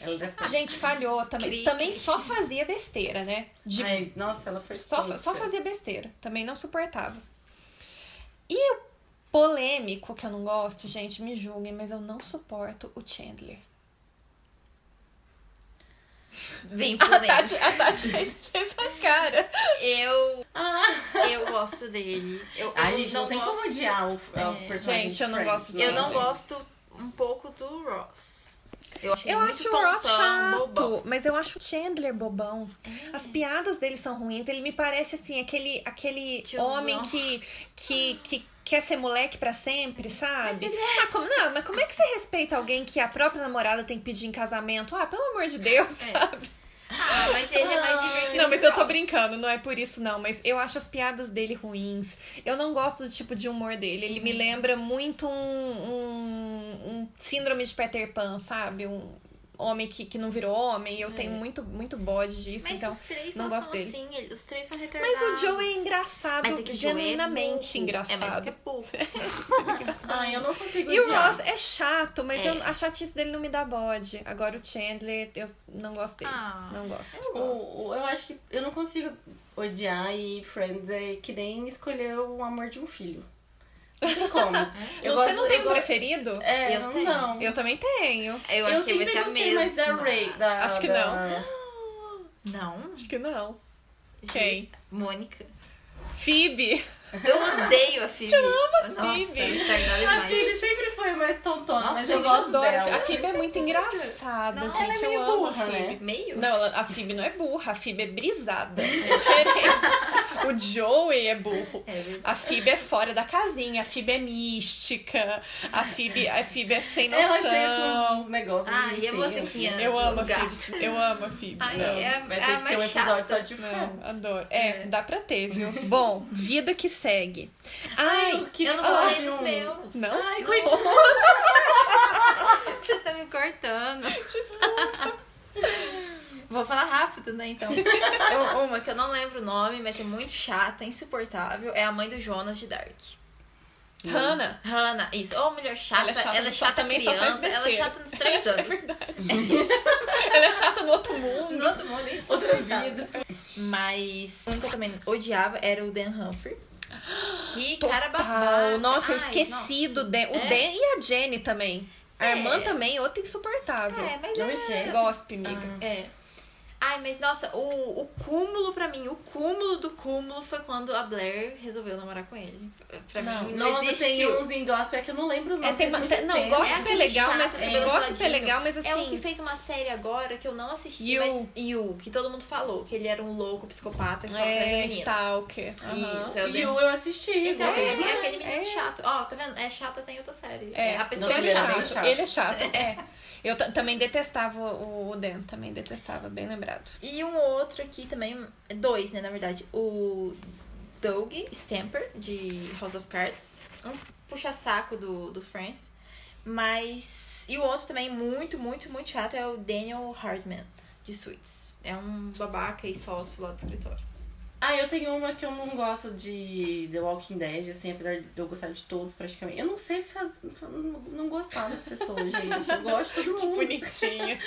Ela era péssima. Gente, falhou também. Cri, Também cri. só fazia besteira, né? De Ai, nossa, ela foi Só, fa- tosca. só fazia besteira. Também não suportava. E o polêmico que eu não gosto, gente, me julguem, mas eu não suporto o Chandler. Vem A por Tati, a Tati fez essa cara. Eu, Ah, eu gosto dele. Eu, a eu gente não, tem gosto... como odiar o, o É. personagem. Gente, eu não de Friends, gosto de Eu não Chandler. gosto um pouco do Ross. Eu acho, Eu ele acho muito o Ross tontão, chato, bobão. É. mas eu acho o Chandler bobão. As piadas dele são ruins. Ele me parece assim, aquele, aquele Tiozão. homem que, que, que quer ser moleque pra sempre, sabe? ele Ah, como, não, mas como é que você respeita alguém que a própria namorada tem que pedir em casamento? Ah, pelo amor de Deus, É. sabe? Ah, mas ele é mais divertido. Não, mas que o eu tô Ross. brincando, não é por isso não, mas eu acho as piadas dele ruins. Eu não gosto do tipo de humor dele. Ele me Uhum. lembra muito um, um, um síndrome de Peter Pan, sabe? Um, homem que, que não virou homem. E eu tenho muito, muito bode disso. Uhum. Mas então. os três não não, gosto são dele. assim, ele- os três são retardados. Mas o Joe é engraçado, Mas é que o Joe é genuinamente burro. É, mas é que engraçado. é burro. Ah, eu não consigo E o odiar. Ross é chato, mas É. eu- a chatice dele não me dá bode. Agora o Chandler, eu não gosto dele. Ah. Não gosto. O- o- eu acho que eu não consigo odiar e Friends é que nem escolher o amor de um filho. Não tem como. Você Eu gosto- não tem eu um go- preferido? É, Eu não, tenho. não. Eu também tenho. Eu, Eu acho que vai sempre ser a gostei mais da mesma. Ray. Da, Acho que da- Não? Acho que não. Gi- Quem? Mônica. Phoebe. Eu odeio a Phoebe. Eu amo a Nossa, tá Phoebe. é retardada A demais. Phoebe sempre foi mais tontona, Nossa, mas Gente, eu gosto adoro. A dela. Phoebe é muito engraçada, Não, gente. ela é meio eu amo burra, a Phoebe. né? Meio? Não, ela- a Phoebe não é burra, a Phoebe é brisada. É diferente. o Joey é burro. É verdade. A Phoebe é fora da casinha, a Phoebe é mística, a Phoebe, a Phoebe é sem noção. né? Ela chega com uns negócios. Ah, e a assim, musiquinha? Eu amo a Gato. Phoebe. Eu amo a Phoebe. Ai, não. é, Vai ter é a que ter um mais episódio chata. só de Friends. Não, adoro. É, dá pra ter, viu? Bom, vida que segue. Ai, eu que- Eu não Ah, falei de dos um- meus. não? Ai, coitada. Você tá me cortando. Vou falar rápido, né, então. Um- Uma que eu não lembro o nome, mas é muito chata, insuportável, é a mãe do Jonas de Dark. Hannah. Hannah, isso. Ou mulher chata, Ela é chata, só também só criança, faz ela é besteira. chata nos três É anos. verdade. Ela é chata no outro mundo. Todo mundo é Outra insuportável. vida. Mas um que eu também odiava era o Dan Humphrey. Que cara Total. babado. Nossa, eu esqueci do Dan. O É. Dan e a Jenny também. A É. irmã também, outra insuportável. É, mas Não era- esquece. Gospe, amiga. É. Ai, mas nossa, o, o cúmulo pra mim, o cúmulo do cúmulo foi quando a Blair resolveu namorar com ele. Pra Não. mim, não Nossa, tem um existiu. uns em gospel, é que eu não lembro os É, nomes. tem faz uma- muito tem- não, tempo. gosto assim, é legal, chato, mas gosto é é engraçadinho. legal, mas assim. É o que fez uma série agora que eu não assisti, You. mas You, que todo mundo falou, que ele era um louco psicopata que tava atrás da É, menina. Stalker. Aham. Isso, é o E Dan eu, eu assisti, Então, gostei é, demais. é aquele menino É. chato. Ó, tá vendo? É chato até em outra série. É, a pessoa não, que ele é é era chata. bem chato. chato. Ele é chato. É. Eu ta- também detestava o, o Dan, também detestava, bem lembrado. E um outro aqui também, dois, né, na verdade. O Doug Stamper, de House of Cards. Um puxa-saco do, do Francis. Mas. E o outro também, muito, muito, muito chato, é o Daniel Hardman, de Suits. É um babaca e sócio lá do escritório. Ah, eu tenho uma que eu não gosto de The Walking Dead, assim, apesar de eu gostar de todos praticamente. Eu não sei faz... não- não gostar das pessoas, gente. Eu gosto de todo Que mundo. bonitinha.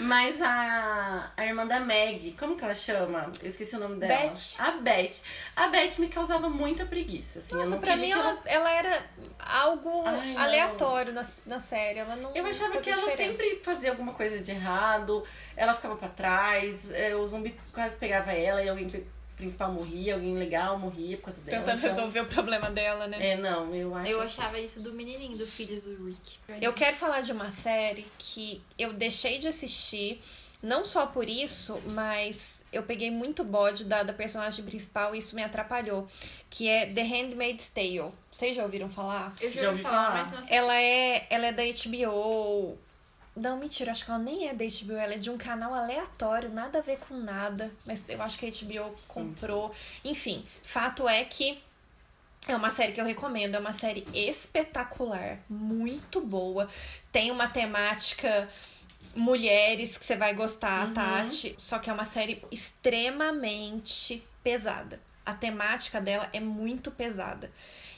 Mas a, a irmã da Meg, como que ela chama? Eu esqueci o nome dela. Beth. A Beth. A Beth me causava muita preguiça, assim. eu Nossa, não pra mim queria que ela... ela, ela era algo Ai, não. aleatório na, na série. Ela não. Eu achava fazia que ela diferença. sempre fazia alguma coisa de errado, ela ficava pra trás, eh, o zumbi quase pegava ela e alguém pri- principal morria, alguém legal morria por causa dela. Tentando então- resolver o problema dela, né? É, não, eu acho. Eu achava isso do menininho, do filho do Rick. Eu quero falar de uma série que eu deixei de assistir, não só por isso, mas eu peguei muito bode da, da personagem principal e isso me atrapalhou, que é The Handmaid's Tale. Vocês já ouviram falar? Eu já ouvi falar. mas não assisti. Ela é, ela é da HBO. Não, mentira, acho que ela nem é da HBO, ela é de um canal aleatório, nada a ver com nada. Mas eu acho que a HBO comprou. Enfim, fato é que é uma série que eu recomendo, é uma série espetacular, muito boa. Tem uma temática mulheres que você vai gostar, Uhum. Tati. Só que é uma série extremamente pesada. A temática dela é muito pesada.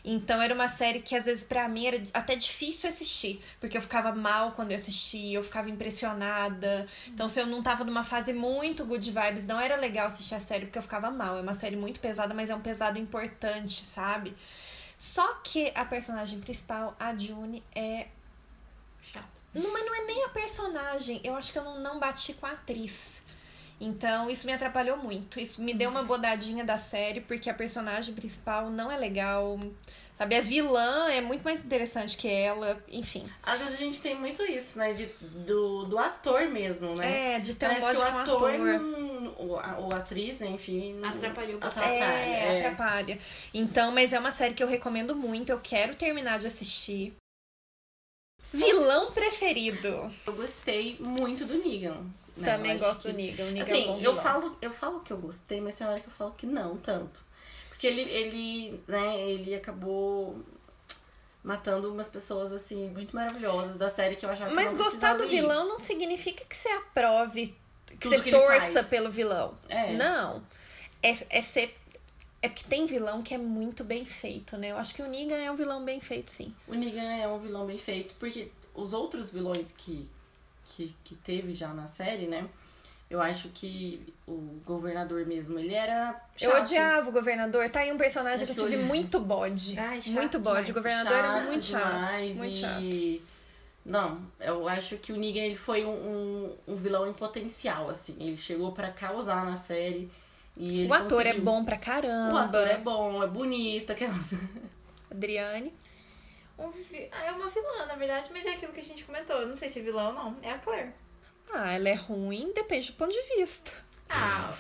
Então era uma série que às vezes pra mim era até difícil assistir, porque eu ficava mal quando eu assistia, eu ficava impressionada. Então se eu não tava numa fase muito good vibes, não era legal assistir a série porque eu ficava mal. É uma série muito pesada, mas é um pesado importante, sabe? Só que a personagem principal, a June, é Chato. não, mas não é nem a personagem. Eu acho que eu não, não bati com a atriz. Então, isso me atrapalhou muito. Isso me deu uma bodadinha da série, porque a personagem principal não é legal. Sabe, a vilã é muito mais interessante que ela. Enfim. Às vezes a gente tem muito isso, né? De, do, do ator mesmo, né? É, de ter Parece um que o bode com o ator, ator. não- ou, a, ou a atriz, né? Enfim, não- Atrapalhou. atrapalha. É, é. atrapalha. Então, mas é uma série que eu recomendo muito. Eu quero terminar de assistir. Vilão preferido. Eu gostei muito do Negan. né? Também Eu acho gosto que- do Negan. O Negan é um bom Assim, eu vilão. falo, eu falo que eu gostei, mas tem hora que eu falo que não tanto. Porque ele, ele né, ele acabou matando umas pessoas, assim, muito maravilhosas da série que eu achava que Mas eu não gostar do precisava ir. vilão não significa que você aprove, que Tudo você que ele torça faz. pelo vilão. É. Não. É, é ser. É porque tem vilão que é muito bem feito, né? Eu acho que o Negan é um vilão bem feito, sim. O Negan é um vilão bem feito, porque os outros vilões que, que, que teve já na série, né? Eu acho que o governador mesmo, ele era chato. É Eu odiava o governador. Tá aí um personagem Acho que eu que tive hoje- muito bode. Ai, chato muito bode. O demais. governador era muito chato. demais Muito e- chato. Não, eu acho que o Negan ele foi um, um, um vilão em potencial, assim. Ele chegou pra causar na série. E ele O ator é conseguiu- bom pra caramba. O ator é bom, é bonito, aquelas. Adriane. Um vi- ah, é uma vilã, na verdade, mas é aquilo que a gente comentou. Eu Não sei se é vilã ou não. É a Claire. Ah, ela é ruim, depende do ponto de vista. Ah,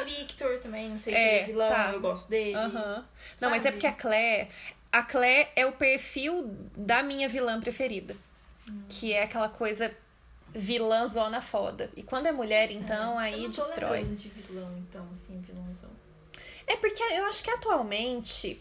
o Victor também, não sei se É, ele é vilão, tá. eu gosto dele. Aham. Não, mas é Sabe? porque a Claire. A Claire é o perfil da minha vilã preferida. Que é aquela coisa vilã zona foda. E quando é mulher, então, Eu aí não tô destrói. lembrando de vilão, então, assim, vilãozão. É porque eu acho que atualmente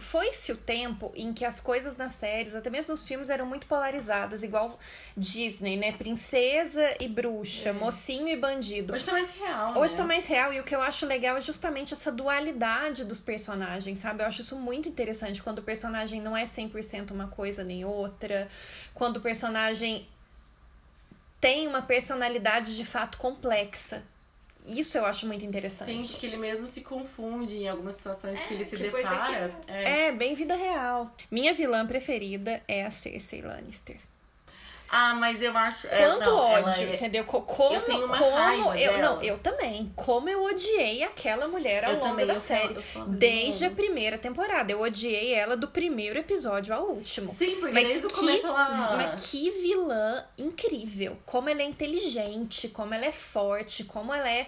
foi-se o tempo em que as coisas nas séries, até mesmo os filmes, eram muito polarizadas, igual Disney, né? Princesa e bruxa, mocinho e bandido. Hoje tá mais real, Hoje né? tá mais real e o que eu acho legal é justamente essa dualidade dos personagens, sabe? Eu acho isso muito interessante quando o personagem não é 100% uma coisa nem outra, quando o personagem tem uma personalidade de fato complexa. Isso eu acho muito interessante. Sente que ele mesmo se confunde em algumas situações que É, ele se tipo esse depara. aqui. É. É, bem vida real. Minha vilã preferida é a Cersei Lannister. Ah, mas eu acho. é, Quanto não, ela ódio, é- entendeu? Co- Como, Eu tenho uma como raiva eu dela. não, eu também. Como eu odiei aquela mulher ao eu longo também, um da eu falo- série. eu falo Desde a dela. primeira temporada. Eu odiei ela do primeiro episódio ao último. Sim, porque Mas desde o que- começo ela. Mas que vilã incrível. Como ela é inteligente, como ela é forte, como ela é.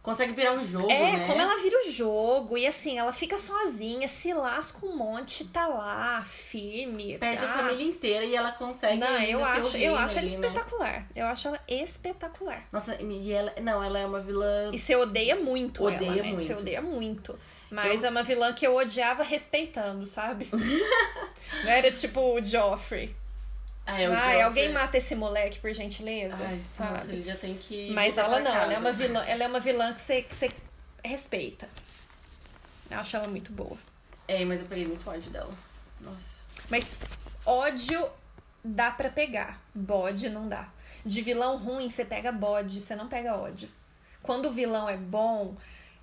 Consegue virar um jogo. é, né? como ela vira o jogo. E assim, ela fica sozinha, se lasca um monte, tá lá, firme. Perde a tá? família inteira e ela consegue. Não, ainda eu ter o acho, eu reino acho ela ali, né? espetacular. Eu acho ela espetacular. Nossa, e ela. Não, ela é uma vilã. E você odeia muito Odeia ela, né? muito. Você odeia muito. Mas é uma vilã que eu odiava respeitando, sabe? Não era tipo o Joffrey. Ah, é o Ai, Joffrey. alguém mata esse moleque, por gentileza, Ai, sabe? nossa, ele já tem que. Mas voltar ela pra não, ela é casa. uma vilã, ela é uma vilã que você, que você respeita. Eu acho ela muito boa. É, mas eu peguei muito ódio dela. Nossa. Mas ódio dá pra pegar, bode não dá. De vilão ruim, você pega bode, você não pega ódio. Quando o vilão é bom,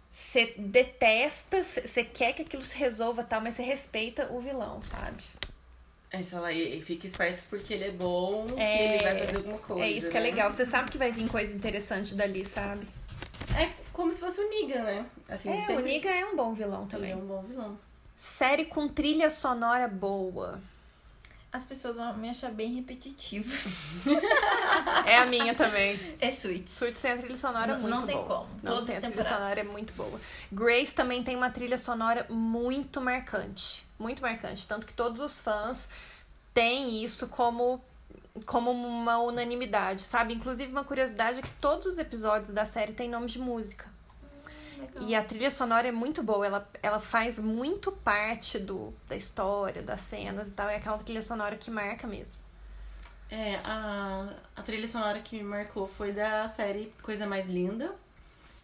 você detesta, você você quer que aquilo se resolva tal, mas você respeita o vilão, sabe? É, se ela e- e fica esperto porque ele é bom, É. que ele vai fazer alguma coisa. é isso que é né? legal. Você sabe que vai vir coisa interessante dali, sabe? É como se fosse o Negan, né? Assim, é, sempre o Negan é um bom vilão Ele também. é um bom vilão. Série com trilha sonora boa. As pessoas vão me achar bem repetitiva. É a minha também. É Sweet. Surto sem a trilha sonora é Não- muito não boa. tem como. Não Todas tem, as a trilha temporadas. sonora é muito boa. Grace também tem uma trilha sonora muito marcante. Muito marcante. Tanto que todos os fãs têm isso como, como uma unanimidade, sabe? Inclusive, uma curiosidade é que todos os episódios da série têm nome de música. É E a trilha sonora é muito boa, ela, ela faz muito parte do, da história, das cenas e tal. É aquela trilha sonora que marca mesmo. É, a, a trilha sonora que me marcou foi da série Coisa Mais Linda,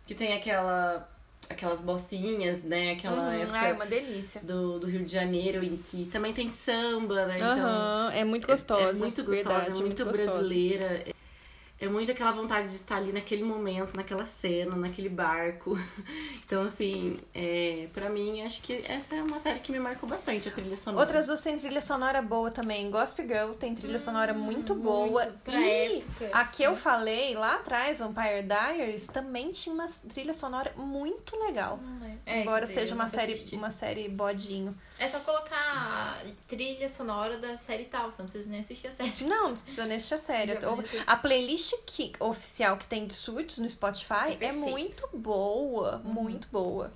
que tem aquela aquelas bolsinhas, né? Aquela Uhum. época Ah, é uma delícia. do, do Rio de Janeiro e que também tem samba, né? Então, Aham, é muito é- gostosa. É, muito gostosa, verdade, é muito, gostosa. brasileira. É, é muito aquela vontade de estar ali naquele momento, naquela cena, naquele barco. Então, assim, é, pra mim, acho que essa é uma série que me marcou bastante, a trilha sonora. Outras duas têm trilha sonora boa também. Gossip Girl tem trilha sonora é muito boa. Hum, ah, pra e época. a que eu falei lá atrás, Vampire Diaries, também tinha uma trilha sonora muito legal. É, Embora inclusive, seja eu uma nunca série, assisti. uma série bodinho. É só colocar a trilha sonora da série tal, você não precisa nem assistir a série. Não, não precisa nem assistir a série. Já Ou- conheci. A playlist que, oficial que tem de surtos no É Spotify é, perfeito. Uhum. muito boa. Muito boa.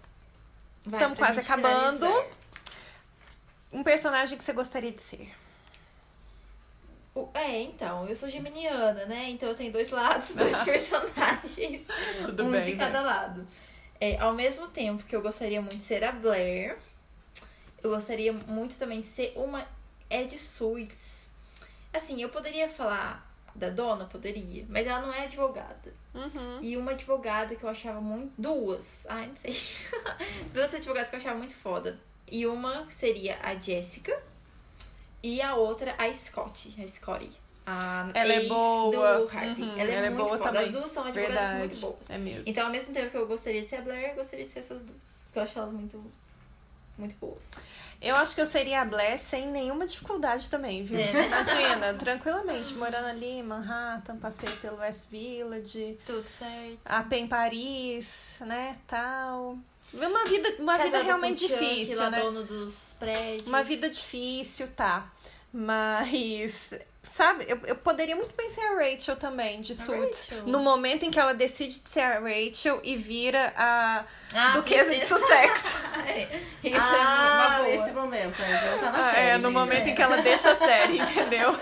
Vai, Tamo pra quase gente acabando. finalizar. Um personagem que você gostaria de ser. O- É, então, eu sou geminiana, né? Então eu tenho dois lados, dois personagens. Tudo um bem, de né? cada lado. É, ao mesmo tempo que eu gostaria muito de ser a Blair, Eu gostaria muito também de ser uma Ed Suits. Assim, eu poderia falar da dona, poderia, mas ela não é advogada. Uhum. E uma advogada que eu achava muito. Duas. Ai, não sei. Duas advogadas que eu achava muito foda. E uma seria a Jessica. E a outra, a Scott. A Scotty. A Ela é ex boa. do Harvey. Uhum, Ela é ela é muito boa foda. também. As duas são advogadas muito Verdade. boas. É mesmo. Então, ao mesmo tempo que eu gostaria de ser a Blair, eu gostaria de ser essas duas. Porque eu acho elas muito. Muito boas. Eu acho que eu seria a Bless sem nenhuma dificuldade também, viu? É, né? Imagina, tranquilamente, morando ali em Manhattan, passei pelo West Village, Tudo certo. a Pé em Paris, né, tal. Uma vida, uma vida realmente difícil, né? dono dos prédios. Uma vida difícil, tá. Mas, sabe, eu, eu poderia muito bem ser a Rachel também, de Suits. Rachel. No momento em que ela decide ser a Rachel e vira a Ah, duquesa de Sussex. Isso ah, é uma nesse boa. momento. né? Então tá na Ah, série, é, no né? momento em que ela deixa a série, entendeu?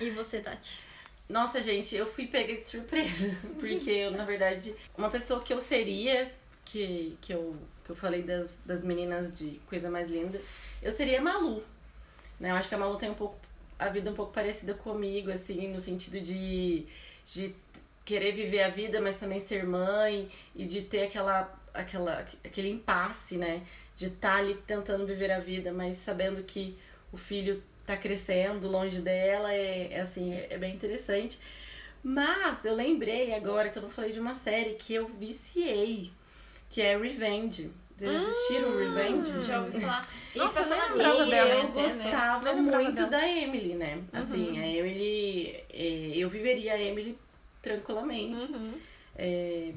E você, Tati? Nossa, gente, eu fui pega de surpresa. Porque eu, na verdade, uma pessoa que eu seria, que, que, eu, que eu falei das, das meninas de Coisa Mais Linda, eu seria a Malu. Né? Eu acho que a Malu tem um pouco. a vida um pouco parecida comigo, assim, no sentido de, de querer viver a vida, mas também ser mãe e de ter aquela, aquela, aquele impasse, né? De estar ali tentando viver a vida, mas sabendo que o filho tá crescendo longe dela, é, é assim, é, é bem interessante. Mas eu lembrei agora que eu não falei de uma série que eu viciei, que é Revenge. Vocês assistiram Revenge? Ah, Já ouvi falar. E Uhum. Nossa, passou eu na nem minha lembrava E dela, eu até, né? gostava Eu lembrava muito dela. Uhum. da Emily, né? Assim, a Emily. eh, eu viveria a Emily tranquilamente. Uhum. Eh,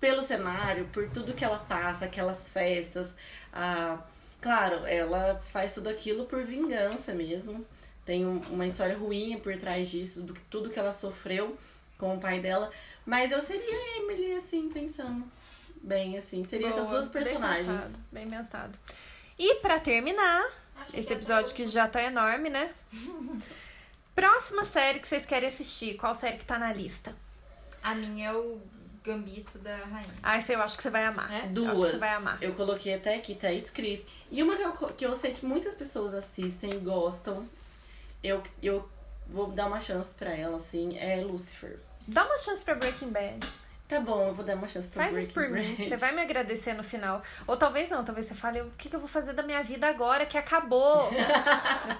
pelo cenário, por tudo que ela passa, aquelas festas. A... Claro, ela faz tudo aquilo por vingança mesmo. Tem um- uma história ruim por trás disso, do que tudo que ela sofreu com o pai dela. Mas eu seria a Emily, assim, pensando bem, assim. Seria essas Boa, duas personagens. Bem pensado, bem pensado. E pra terminar, Acho esse essa episódio que já tá enorme, né? Próxima série que vocês querem assistir, qual série que tá na lista? A minha é o Gambito da Rainha. Ah, essa eu acho que você vai amar. É? Eu Duas. Acho que você vai amar. Eu coloquei até aqui, tá escrito. E uma que eu, co- que eu sei que muitas pessoas assistem, gostam. Eu, eu vou dar uma chance pra ela, assim, é Lucifer. Dá uma chance pra Breaking Bad. Tá bom, eu vou dar uma chance pra Faz Breaking isso por mim. Bad. Você vai me agradecer no final. Ou talvez não, talvez você fale, o que, que eu vou fazer da minha vida agora que acabou?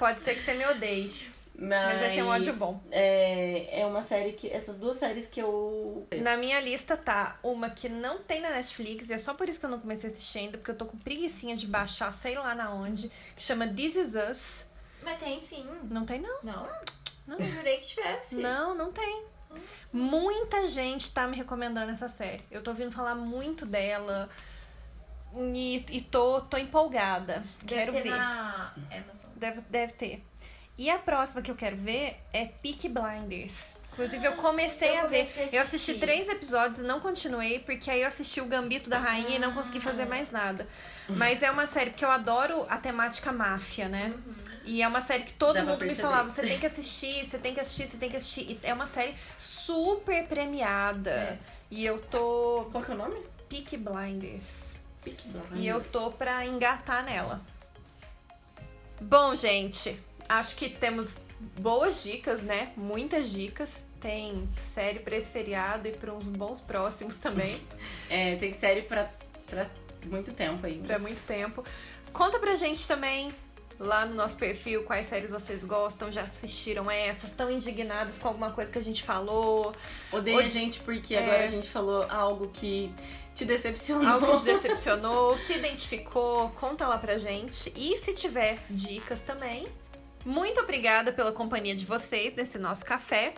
Pode ser que você me odeie. Mas vai ser um ódio bom. É, é uma série que. Essas duas séries que eu. Na minha lista tá uma que não tem na Netflix, e é só por isso que eu não comecei a assistir ainda, porque eu tô com preguicinha de baixar, sei lá na onde, que chama This Is Us. Mas tem sim. Não tem, não. Não? Não. Eu jurei que tivesse. Não, não tem. Muita gente tá me recomendando essa série. Eu tô ouvindo falar muito dela e, e tô, tô empolgada. Deve quero ter ver. na Amazon. Deve, deve ter. E a próxima que eu quero ver é Peak Blinders. Inclusive, eu comecei eu a ver. comecei a eu assisti assistir. três episódios e não continuei, porque aí eu assisti o Gambito da Rainha e não consegui fazer mais nada. Mas é uma série, porque eu adoro a temática máfia, né? Uhum. E é uma série que todo Dá pra mundo me perceber. falava: você tem que assistir, você tem que assistir, você tem que assistir. E é uma série super premiada. É. E eu tô. Qual que é o nome? Peak Blinders. Peaky E eu tô pra engatar nela. Bom, gente, acho que temos boas dicas, né? Muitas dicas. Tem série pra esse feriado e pra uns bons próximos também, É, tem série pra, pra muito tempo ainda. pra muito tempo. Conta pra gente também lá no nosso perfil quais séries vocês gostam, já assistiram essas, estão indignados com alguma coisa que a gente falou, Odeia Ode- a gente porque É. agora a gente falou algo que te decepcionou. algo que te decepcionou, se identificou, conta lá pra gente. E se tiver dicas também, muito obrigada pela companhia de vocês nesse nosso café.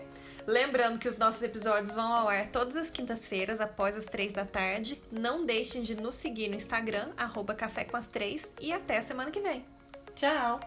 Lembrando que os nossos episódios vão ao ar todas as quintas-feiras, após as três da tarde. Não deixem de nos seguir no Instagram, arroba café com as três, e até a semana que vem. Tchau.